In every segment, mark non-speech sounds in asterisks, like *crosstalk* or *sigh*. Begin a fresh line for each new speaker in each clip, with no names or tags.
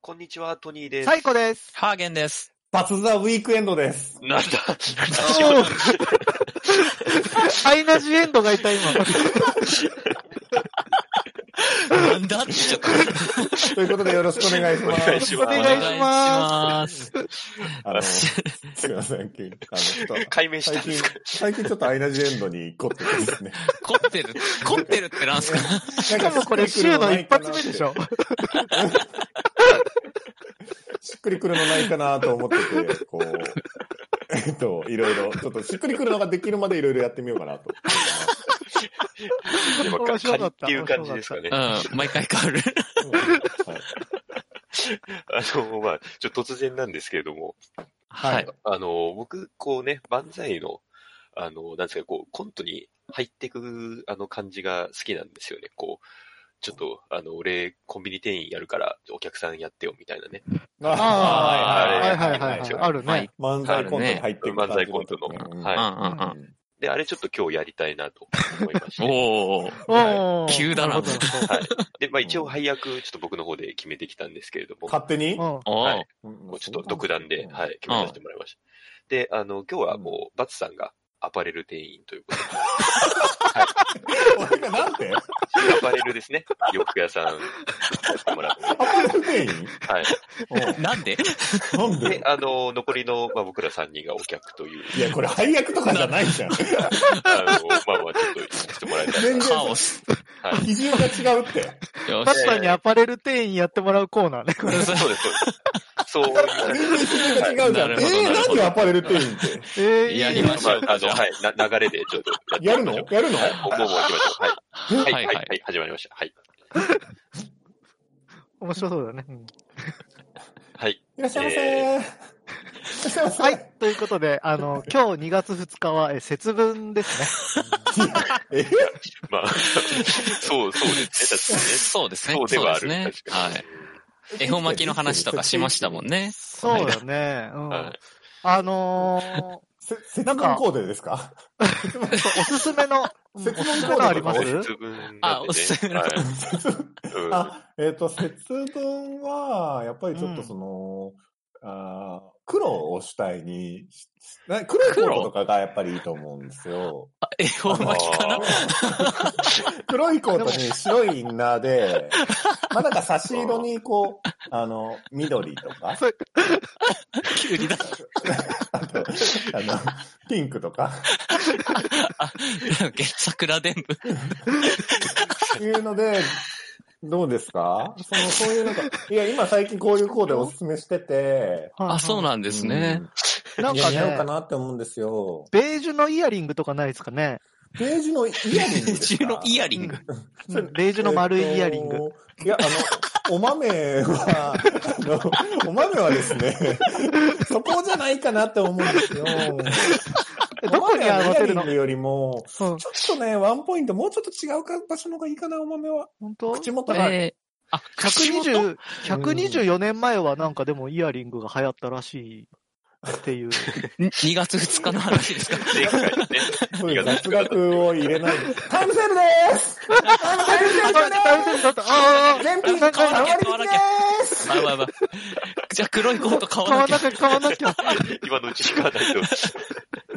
こんにちは、トニーです。
サイコです。
ハーゲンです。
バツザウィークエンドです。
*laughs* なんだ
アイナ・ジ・エンドがいた、今。
なんだってちょっと。
ということでよろしくお願いし
お
ます。
願いし
お
ま
願い
す。
し
ます。
あの、すいません、急にあの、ちょっと、
解明した
最
んです
近
か、
最近ちょっとアイナジエンドに凝ってです
*laughs*
ね。
*laughs* 凝ってる。凝ってるってなんすか
し
しかもこれ、週の一発目でしょ。
しっくりくるのないかなと思ってて、こう、 *laughs* えっと、いろいろ、ちょっとしっくりくるのができるまでいろいろやってみようかなと。
でも
面白
カニ
か
っ
った
ていう感じですかね。あ
うん。毎回変わる。
はい
の、まあ、ちょっと突然なんですけれども、
は
はいい。
あの、僕、こうね、漫才の、あの、なんですか、こう、コントに入ってく、あの、感じが好きなんですよね。こう、ちょっと、あの、俺、コンビニ店員やるから、お客さんやってよ、みたいなね。
あ
ー
はい
あ
は
れ
いは
あ
いは
れ
い。ある
は
ね
い。
漫才コントに入っていく
漫才コントの
う
は
ん
い
うん
で、あれちょっと今日やりたいなと思いまし
うん。
て。
*laughs* おー。
おー
急だな
るほどるほど
はい。で、まあ一応配役、ちょっと僕の方で決めてきたんですけれども。
勝手に
うん
お
は
ー
い。もうちょっと独断で、はい、決めさせてもらいました。で、あの、今日はもう、バツさんがアパレル店員ということ
俺がなんて
で、ア *laughs* パレルですね。洋服屋さん、やってもらって。
アパレル店員
はい。
なんで
おなん
で
で、
あの、残りの、まあ、僕ら3人がお客という、
いや、これ配役とかじゃな
*laughs*
いじゃん。
あの、まあまあ、ちょっとしてもらいたい
全
な。
カオ
然、
ス。
はい。
基準が違うって。
よ
バ
し。
ッタにアパレル店員やってもらうコーナーね。
そうです、そうです。そういう感じ
全然違うじゃ
な
ん。え
るほどな
ー、
る
な
ほど
んでアパレル店員って。
ええ、
や
いい
り
ね
ましょう
まあ、あの、はい、な流れでちょっとって
やるのやるの
はい、もう、もう行きましょう。はい。はい、はい、はい、始まりました。はい。
面白そうだね。うん
はい。
いらっしゃいませー。いらっしゃいませー。
はい。ということで、あの、今日2月2日は、え節分です
え
まあ、 *laughs* そう、そうですね、確かにね。
そうです *laughs* ね。
そうではある。確か
はい
に。。
絵本巻きの話とかしましたもん。ね *laughs*
ね。。そうだね。うん
はい
あの
せ節分コーデですか
ー、そうおすすめの、おす
節分
す
コーナー
めのあります
節分なんでね
あおすすめの
はいうん
あ、えっ、と、節分は、やっぱりちょっとその、あー黒を主体にし、な黒いコートとかがやっぱりいいと思うんですよ。
絵本巻きかな
*laughs* 黒いコートに白いインナーで、まあなんか差し色にこう、あの、緑とか、
急 *laughs* にだ。
あと、あの、ピンクとか、
なんだっけ桜伝武。
いうので、どうですかその、そういうなんか、いや、今最近こういうコーデおすすめしてて、
はい
あ、そうなんですね。
うん。
なんか
いや似合うか
ね、
なって思うんですよ。
ベージュのイヤリングとかないですかね。
ベージュのイヤリン
*laughs*
グですか。
中のイヤリング。
うんうんベージュの丸いイヤリング
えっ。といや、あの、お豆は、あの、お豆はですね、そこじゃないかなって思うんですよ。
えどこに合わせるの
お豆はイヤリングよりも、
うん
ちょっとね、ワンポイント、もうちょっと違うか場所の方がいいかな、お豆は。
本当
口元が。
えーあ、 *laughs* 口元
120 124年前はなんかでもイヤリングが流行ったらしいって
*laughs*
いう。
?2 月2日の話ですか
前回ね。
そういう雑学を入れない。タイムセールでーすタイムセール
あ、
セールで
あ
ーす全品3
買わなきゃ
割引きでーす
あ、まあまあ。じゃあ黒いコート買
買
わな
わ
きゃ
な。きゃ、買わなきゃ。
今のうち引かないと。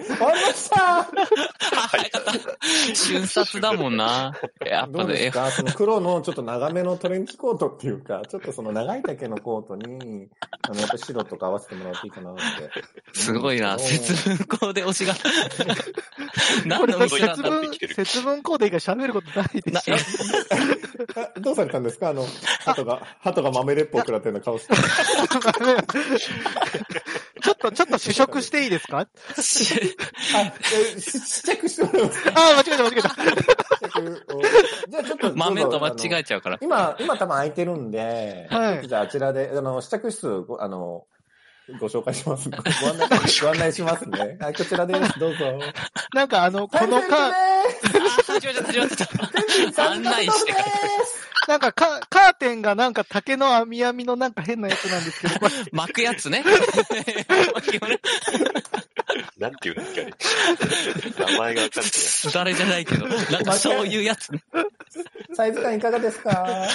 終わりました
あ早かった。瞬殺だもんな。やっ
ど
ぱ
うです
ね、
かその黒のちょっと長めのトレンチコートっていうか、 *laughs* ちょっとその長い丈のコートに、あの、やっぱ白とか合わせてもらっていいかなって。
すごいな。節分校で推しが。
こ
何
れ
の推しなん
節
だ
なっ
分
てきて、る
節分コーデ以外喋ることないで *laughs*
な
しょ。
あどうされたんですかあの、鳩が、鳩が豆鉄砲食らってるような顔 *laughs* して。
ちょっと、ちょっと試食していい *laughs* ですか
えし
あ、えし試着してもらいます
あ、間違えた、間違えた。
試着をじゃあちょっと。
豆と間
え
違えちゃうから。
今、今多分空いてるんで、
はい
ちょっとじゃああちらで、あの、試着室ご、あの、ご紹介し
*laughs*
ますね。ご案内、ご案内しますね。はい、こちらです。どうぞ。
なんかあの、 *laughs* このカー、
あ始まっちゃった、始まっちゃった。 *laughs* 案内してから。
なんかカカーテンがなんか竹の網網のなんか変なやつなんですけど、これ
巻くやつね。巻くよね
なんていうんですかね。名前がわかんない。
すだれじゃないけど。なんかそういうやつね。
*laughs*
サイズ感いかがですか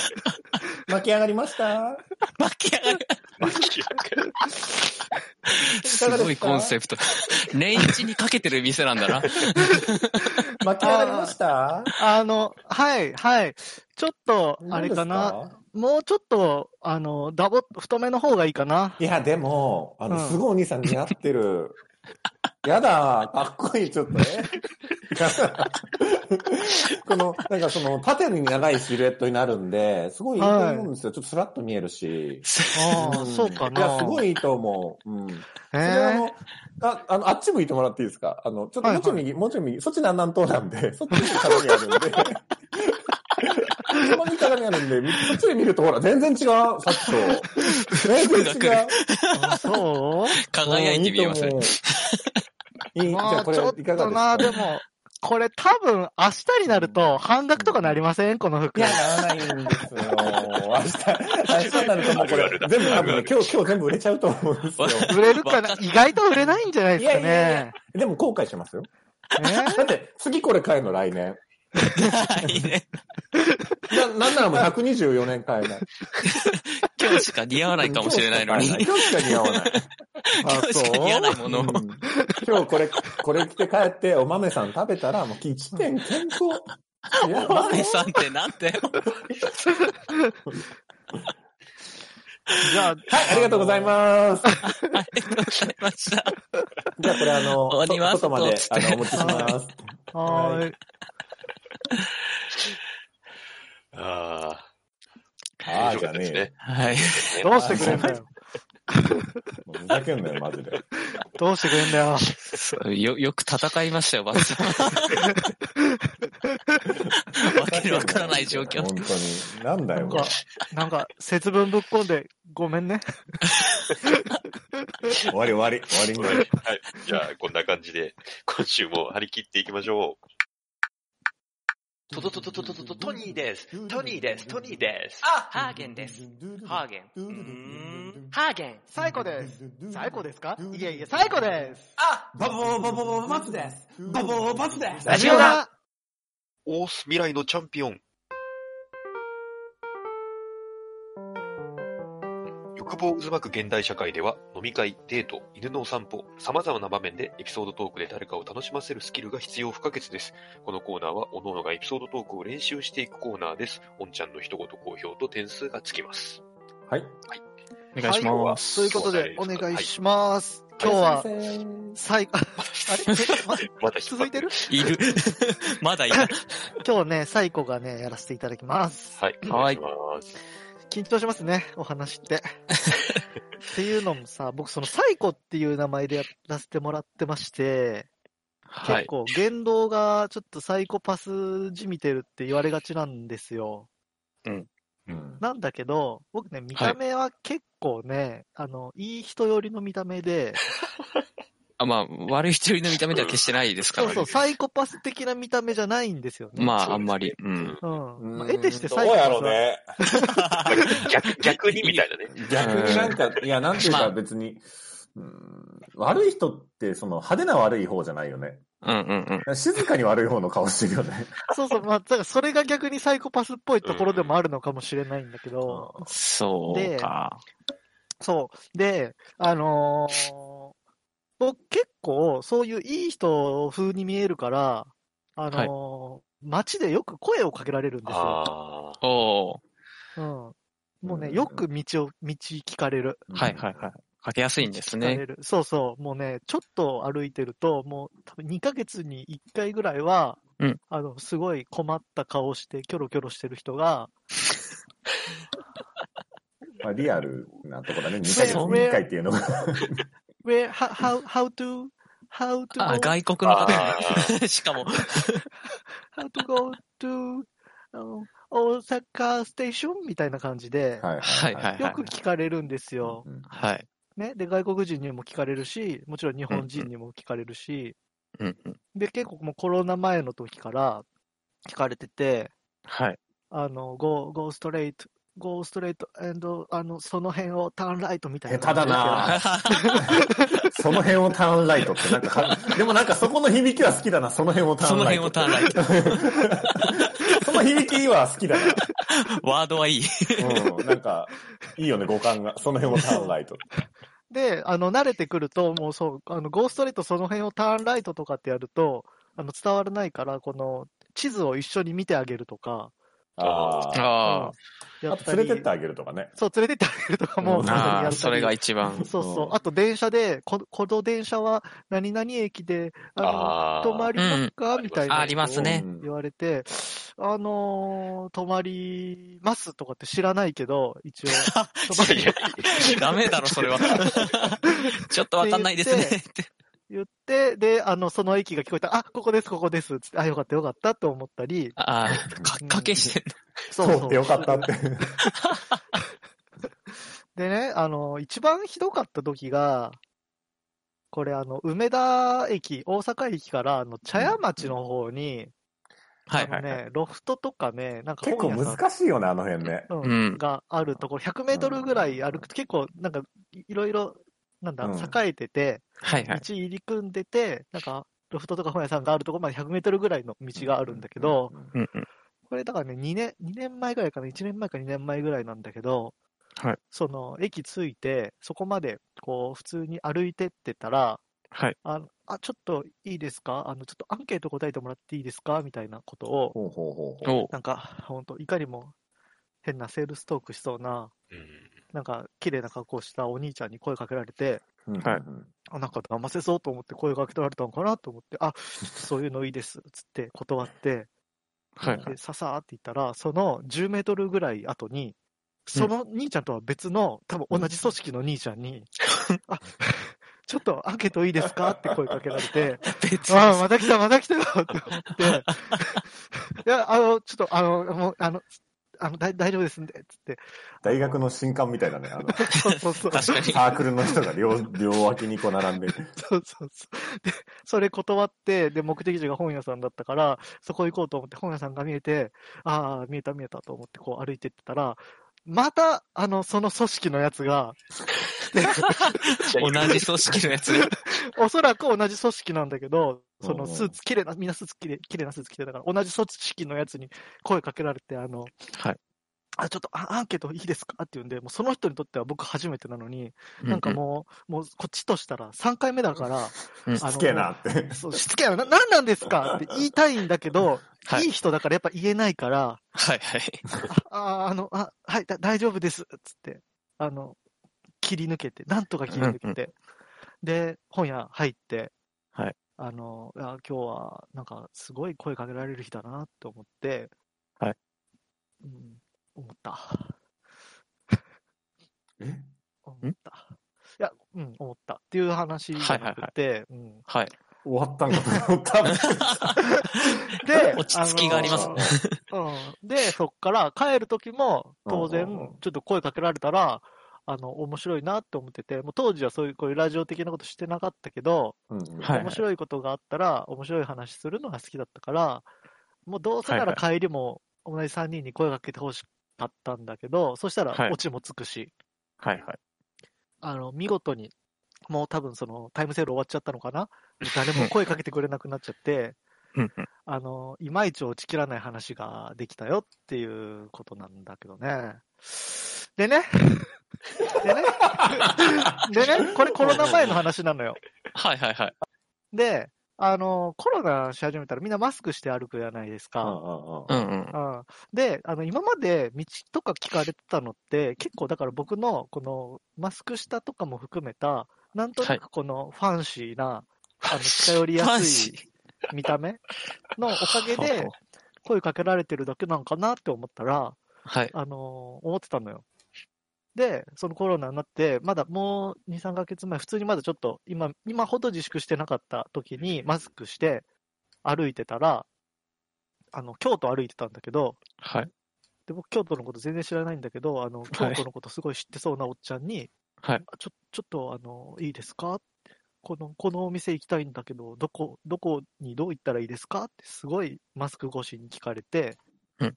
巻き上がりました
巻き上がる。
巻き上がる。
すごいコンセプト。年一にかけてる店なんだな。
巻き上がりました
あの、はい、はい。ちょっと、あれかな。
何です
もうちょっと、あの、ダボ、太めの方がいいかな。
いや、でも、あ
う
の、
ん
すごいお兄さん似合ってる。 *laughs* やだ、かっこいい、ちょっとね。 *laughs* やだこの、なんかその、縦に長いシルエットになるんで、すごいいいと思うんですよ。ちょっとスラッと見えるし。
ああ、
ん
そうかな。
いや、すご
い。
いいいと思う。うん。
え
それあの、あ、あの、あっち向いてもらっていいですかあの、ちょっと、
はい
もうちょい右、もうちょい右、そっち南南東なんで、そっ *laughs* ちに鏡があるんで。 *laughs* そこに鏡あるんで、みそっちで見るとほら、全然違う、さ
*laughs*
っきと。全然違う。
あそう
輝 *laughs* いて見えましたね。 *laughs*
いいと思う。い *laughs* い、じ
ま
ゃ
あ、
あ
ち
これ
ょっ
いかが
とな、
で
です
か
も、これ多分明日になると半額とかなりませんこの服。
いや、ならないんですよ。明日、明日になるともうこ
あるあ
れ
るだ、
全部多
あるあ
分
*laughs*
る、
今日、今日全部売れちゃうと思うんですよ。
売れるか
*laughs*
な
わか
意外と売れないんじゃないですかね。
いやいやいでも後悔してますよ。
ね
だって、次これ買えるの来年。
いいね。
な、なんならもう124年買えない。
今日しか似合わないかもしれないのに。
今日しか似合わない。
*laughs* 今日しか似合わないものを
うん今日これ、これ着て帰って、お豆さん食べたら、もう1点
*laughs*
健康。いや
お豆さんってなんだよ。
じゃあ、
はい、ありがとうございます。
ありがとうございました。
じゃあこれあの、
終わります
そ外まで
つっ、
あ
て
の、お持ちします。
はーい。
ああ。
ああ、じゃ
です
ね
ね。
はい。
どうしてくれんだ
*laughs*
よ。
え。もうふざけんなよ、マジで。
どうしてくれんだよ。
よ、よく戦いましたよ、バツ *laughs* さん。わけのわからない状況
本。当に。なんだ
なん
よ、
か、なんか、節分ぶっこんで、ごめんね。
終わり終わり、終わり
はい。じゃあ、こんな感じで、今週も張り切っていきましょう。トトトトトトトトトニーです。トニーです。トニーです。
あ、ハーゲンです。。ハーゲン。うーんハーゲン。
サイコです。サイコですかいえいえ、サイコです。
あ、バボーバボーバツです。バボーバツです。
ラジオだ
オース未来のチャンピオン。欲望渦巻く現代社会では、飲み会、デート、犬のお散歩、様々な場面でエピソードトークで誰かを楽しませるスキルが必要不可欠です。このコーナーは、各々がエピソードトークを練習していくコーナーです。おんちゃんの一言好評と点数がつきます。
はい。
お。
願いし
ます
ということで、お願いします。今日は、サイ *laughs* コ、あれえま *laughs*
また引っ張
続いてる
いる。まだいる。
今日ね、サイコがね、やらせていただきます。
はい。お願いします。
緊張しますね、お話 *laughs* って。っていうのもさ、僕そのサイコっていう名前でやらせてもらってまして、
は
結
い。
構言動がちょっとサイコパスじみてるって言われがちなんですよ。
うん
なんだけど、僕ね、見た目は結構ね、あの、いい人寄りの見た目で、
あまあ、悪い人の見た目では決してないですか
そ
ら
う
ね。
そう、サイコパス的な見た目じゃないんですよね。
ま
そうです
あ、
ね
あんまり。う
う
ん。
ん。まあ、
うん
得てして
ど
サ
う
イコパ
や
ス
ろう
は。
ね。
逆、逆にみたいなね。
逆になんか、いや、なんていう
まあ
か別に、うん悪い人って、その派手な悪い方じゃないよね。
うんうんうん。
静かに悪い方の顔してるよね。
そうそう、まあ、だからそれが逆にサイコパスっぽいところでもあるのかもしれないんだけど、
そうか。
そう。で、あのー僕結構そういういい人風に見えるから、あのー街でよく声をかけられるんですよ。
ああ。
おー
うん。もうね、
うん
よく道を、道聞かれる。
はいはいはい。かけやすいんです
聞か
ね。
れるそうそう。もうね、ちょっと歩いてると、もう多分2ヶ月に1回ぐらいは、
うん
あの、すごい困った顔して、キョロキョロしてる人が、
まあ、リアルなとこだね。2ヶ月に
そう
1回っていうのが。
where, how, how, how to, how to
あ、
go
外国の
あ
方。
ー
*laughs* しかも、
how to go to あの大阪ステーションみたいな感じで、
は
はい
いはいはい。
よく聞かれるんですよ。
うん
はい。
ね、で、外国人にも聞かれるし、もちろん日本人にも聞かれるし、
うんうん。
で、結構もうコロナ前の時から聞かれてて、
はい。
あの、go, go straight, go straight and, あの、その辺をターンライトみたいな。
下手だなその辺をターンライトって、なんか *laughs* か、でもなんかそこの響きは好きだな、その辺をター
そ
ン
の
ライ
辺
ト
を
って。
ターンライト。
そその響きは好きだな。
ワードはいい。
うん。なんか、いいよね、五感が。その辺もターンライト。
で、あの、慣れてくると、もうそう、あの、ゴーストレートその辺をターンライトとかってやると、あの、伝わらないから、この、地図を一緒に見てあげるとか、
ああ。
*laughs* あ
や
あ
った
と
り
連れてってあげるとかね。
そう、連れてってあげるとかも、
うん
あ。
やった
ああ、
り
それが
*laughs*
一番。
そうそう
う。ん
あと、電車で、ここの電車は何々駅で、あ
あ
の、
ー
止まりますかみたいな。
ありますね。
うん
言われて、あのー止まりますとかって知らないけど、一応。
*laughs*
止ま
*laughs*
り
いや
ダメだろ、それは。 *laughs* ちょっとわかんないですね。って
言って、で、あの、その駅が聞こえたら、あ、ここです、ここです、つって、あ、よかった、よかった、と思ったり、
ああ、か、かけしてん
そ
そうってよかったって。
でね、あの、一番ひどかった時が、これ、あの、梅田駅、大阪駅から、あの、茶屋町の方に、
の。は
あ
い。
の
はいは
ね、ロフトとかね、なんか
結構
本屋さん
難しいよね、あの辺ね。
うん
うん
があるところ、100メートルぐらい歩くと結構、なんか、いいろいろ、なんだ
うん、
栄えてて、
はい
道
はい。
入り組んでて、なんか、ロフトとか本屋さんがあるところまで100メートルぐらいの道があるんだけど、
うん、
うんうん。
これだからね、2年、2年前ぐらいかな、1年前か2年前ぐらいなんだけど、
はい
その、駅着いて、そこまで、こう、普通に歩いてってたら、
はい
あのあ、ちょっといいですかあの、ちょっとアンケート答えてもらっていいですかみたいなことを、
ほうほうほうほう。
おう
なんか、本当いかにも変なセールストークしそうな、
うん
なんか、綺麗な格好したお兄ちゃんに声かけられて、
うん
はい
あ、なんか騙せそうと思って声かけられたのかなと思って、あ、そういうのいいです、つって断って、
はいはい。
で、ささーって言ったら、その10メートルぐらい後に、その兄ちゃんとは別の、多分同じ組織の兄ちゃんに、あ、ちょっとアンケートいいですかって声かけられて、
別
ああ、
に。
また来た、また来たよって思
*laughs*
って、いや、あの、ちょっと、あの、もう、あの、あの大大丈夫ですんで、つって。
大学の新刊みたいだね。あの
そうそうそう。
確かに。
サークルの人が両、両脇にこう並んでる。
そうそうそう。で、それ断って、で、目的地が本屋さんだったから、そこ行こうと思って本屋さんが見えて、ああ、見えた見えたと思ってこう歩いてってたら、また、あの、その組織のやつが、
同じ組織のやつ。
おそらく同じ組織なんだけど、そ
うんう
の
ん
スーツ、綺麗な、みんなスーツ綺麗、綺麗なスーツ着てたから、同じ組織のやつに声かけられて、あの、
はい
あ、ちょっとあアンケートいいですかって言うんで、もうその人にとっては僕初めてなのに、
な
なんかもう、もうこっちとしたら3回目だから、
うん
あの
つけえなって。
そう、しつけやな、なんなんですかって言いたいんだけど、
はい
い、い人だからやっぱ言えないから、
うん。はいはい。
あ、ああの、あ、はい、だ大丈夫です、つって、あの、切り抜けて、なんとか切り抜けて、で、本屋入って、
はい。
あの、あ今日は、なんか、すごい声かけられる日だなと思って、
はい。
うん、思った。
え
思った。いや、うん、思った。っていう話じゃなくて、うん。
はい。
終わったんかと思った。
で、
*laughs* 落ち着きがあります
のうん、で、そっから帰る時も、当然
うんうんうん、
ちょっと声かけられたら、あの、面白いなって思ってて、もう当時はそういう、こういうラジオ的なことしてなかったけど、
うん
はい
面白いことがあったら、面白い話するのが好きだったから、もうどうせなら帰りも同じ3人に声かけてほしかったんだけど、そしたら
はい
オチもつくし、
はいはい。
あの、見事に、もう多分その、タイムセール終わっちゃったのか
*laughs*
な誰も声かけてくれなくなっちゃって、
うんうん
あの、いまいち落ちきらない話ができたよっていうことなんだけどね。でね。で
*laughs*
ね。でね、これコロナ前の話なのよ。
はいはいはい。
で、あの、コロナし始めたらみんなマスクして歩くじゃないです
うん
か。
うん
う
うん
んうん。
うんで、あの、今まで道とか聞かれてたのって、結構だから僕のこのマスク下とかも含めた、なんとなくこのファンシーな、あ
*laughs*
の、近寄り
ファ
や
ン
すい
シ
見た目のおかげ
ー。
で、声かけられてるだけなんかなって思ったら、
はい。
あのー思ってたのよ。で、そのコロナになって、まだもう2、3ヶ月前、普通にまだちょっと今、今ほど自粛してなかった時にマスクして歩いてたら、あの、京都歩いてたんだけど、
はい。
で、僕京都のこと全然知らないんだけど、あの、京都のことすごい知ってそうなおっちゃんに、
はい
あちょ、ちょっとあの、いいですかこの、このお店行きたいんだけど、どこ、どこにどう行ったらいいですかってすごいマスク越しに聞かれて、
うん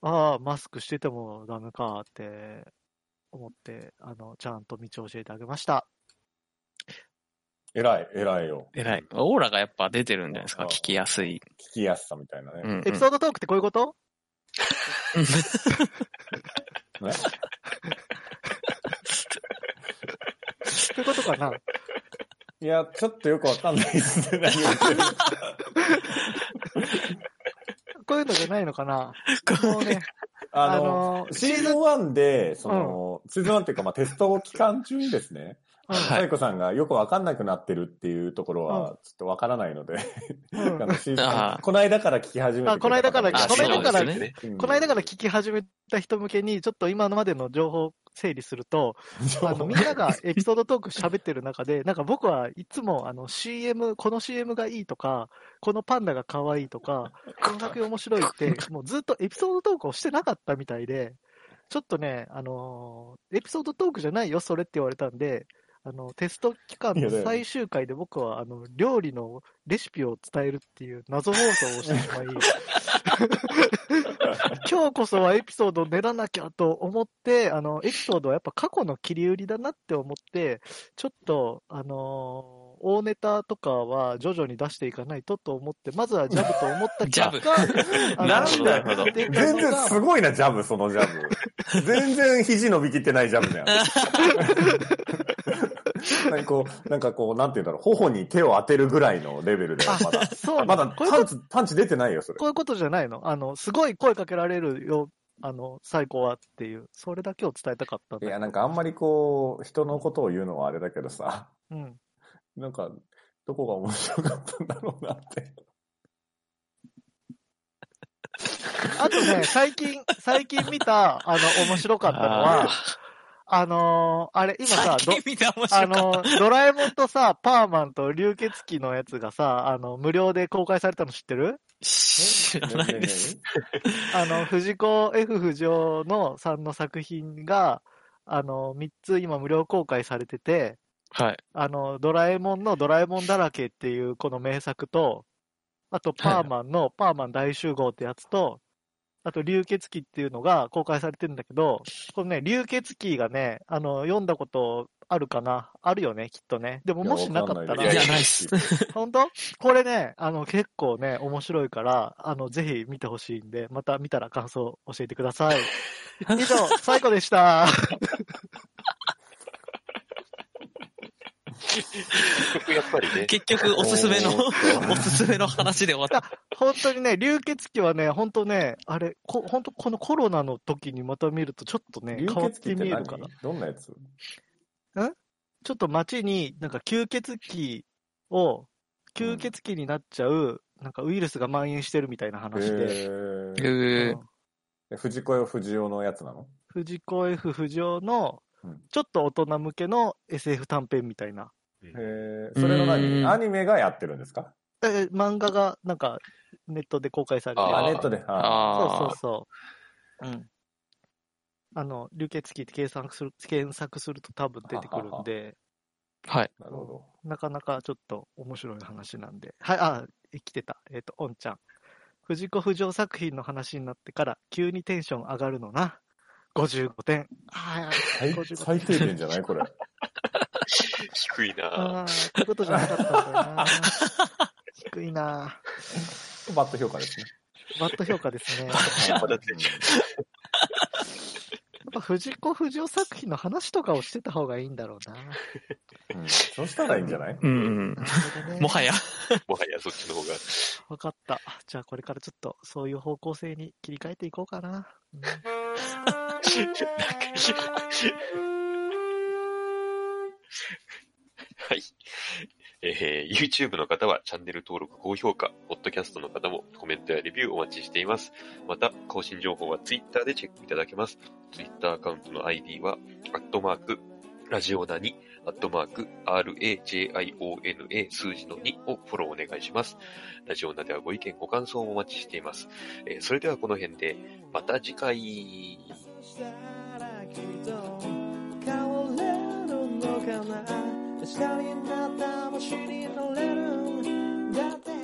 ああ、マスクしててもダメかって思って、あの、ちゃんと道を教えてあげました。
偉い、偉いよ。
えらい。オーラがやっぱ出てるんじゃないですか。聞きやすい。
聞きやすさみたいな
う
ね。
ん、
エピソードトークってこういうことそ
ね
ういうことかない
や、ちょっとよくわかんないです
*laughs*
ね。何言ってるか
こういうのじゃないのかな
うん
もう
*laughs*
ね、
あ
あ
の、
のー、
シーズン1で、その、シーズン1っていうか、まあ、テスト期間中にですね、
*laughs* は
サイ
い。
コさんがよくわかんなくなってるっていうところは、ちょっとわからないので、
*laughs* うん
あのシーズン
あー
この間から聞き始めて
あこ
くれた
の間から
あ
この間から
そうですね
この間から
き、
聞き始めた人向けに、ちょっと今までの情報を整理すると、あのみんながエピソードトーク喋ってる中で、なんか僕はいつもあの CM、この CM がいいとか、このパンダが可愛いとか、この作品面白いって、もうずっとエピソードトークをしてなかったみたいで、ちょっとね、あのーエピソードトークじゃないよ、それって言われたんで、あのテスト期間
いや
の
だよね
最終回で僕はあの料理のレシピを伝えるっていう謎放送をしてしまい、今日こそはエピソードを練らなきゃと思って、あの、エピソードはやっぱ過去の切り売りだなって思って、ちょっと、あのー大ネタとかは徐々に出していかないとと思って、まずはジャブと思った結
*laughs*
果、
ジ
あの
なるほどなるほど
やっていった
全
の
然
が
すごいな、ジャブ、そのジャブ。全然肘伸びきってないジャブ
*laughs*
じゃん。なんかこう、なんかこう、なんて言うんだろう、頬に手を当てるぐらいのレベルで、まだ。
そう
ま
な
だ
のこういう
パ
こ
ンチ、パンチ出てないよ、それ
と、。こういうことじゃないのあの、すごい声かけられるよ、あの、最高はっていう、それだけを伝えたかったん
い
だけ
や、
ど
なんかあんまりこう、人のことを言うのはあれだけどさ、
うん。
なんか、どこが面白かったんだろうなって。
あとね、最近、最近見た、あの、面白かったの
あ
は
ー、
あのーあれ、今さ、
最
ど
近見た *laughs* 面
あ
白かっ
の、ドラえもんとさ、パーマンと流血鬼のやつがさ、あの、無料で公開されたの知ってる
た。知らないです。
ね。
あの、藤子 F 不二雄のさんの作品が、あの、3つ今無料公開されてて、
はい。
あの、ドラえもんのドラえもんだらけっていうこの名作と、あとパーマンのパーマン大集合ってやつと、あと流血鬼っていうのが公開されてるんだけど、このね、流血鬼がね、あの、読んだことあるかなあるよね、きっとね。でももしなかった
い
ら
や、
じゃないっす。
*laughs* 本当これね、あの、結構ね、面白いから、あの、ぜひ見てほしいんで、また見たら感想教えてくだ
*laughs*
さい。以上、最後でした。
結局やっぱりね、
結局、おすすめの、
おー
おすすめの話で終わった。
本当にね、流血鬼はね、本当ね、あれ、こ本当このコロナの時にまた見ると、ちょっとね、
流
変
血
わ
鬼
っ
って
て見える
何
かな。
どんなやつ
ちょっと街に、なんか吸血鬼を、吸血鬼になっちゃう、なんかウイルスが蔓延してるみたいな話で。
え
え
ー
うん
ー、藤子 F 不二雄のやつなの
藤子 F 不二雄の
うん、
ちょっと大人向けの SF 短編みたいな。
えー、それの
う
何
ん
アニメがやってるんですか
え、漫画が、なんか、ネットで公開されて
あー
あ、ネ
る。
ットで。あ
そうそ
あ
うそう。うん。あの、流血鬼って計算する、検索すると多分出てくるんで、
あ。はい。
なるほど。
なかなかちょっと面白い話なんで。はい、あ、生きてた。えっ、と、おんちゃん。藤子不二雄作品の話になってから、急にテンション上がるのな。55点。はい、
最
55点。
最低点じゃないこれ。
低いな
ああ、そういうことじゃなかったんだよな。 *laughs* 低いな。
バット評価ですね。
バッド評価ですね。
やだって
やっぱ藤子不二雄作品の話とかをしてた方がいいんだ
*laughs*
ろうな。
うんうんそうしたらいいんじゃない
うんうん
な。るほどね。
もはや。
もはやそっちの方が。
わかった。じゃあこれからちょっとそういう方向性に切り替えていこうかな。うん
なんかはい。えー YouTube の方はチャンネル登録、高評価、Podcast の方もコメントやレビューお待ちしています。また、更新情報は Twitter でチェックいただけます。Twitter アカウントの ID は、アットマーク、ラジオナに、アットマーク、RAJIONA 数字の2をフォローお願いします。ラジオナではご意見、ご感想もお待ちしています。えーそれではこの辺で、また次回。
そしたらきっと変われるのかな明日になった星になれるだって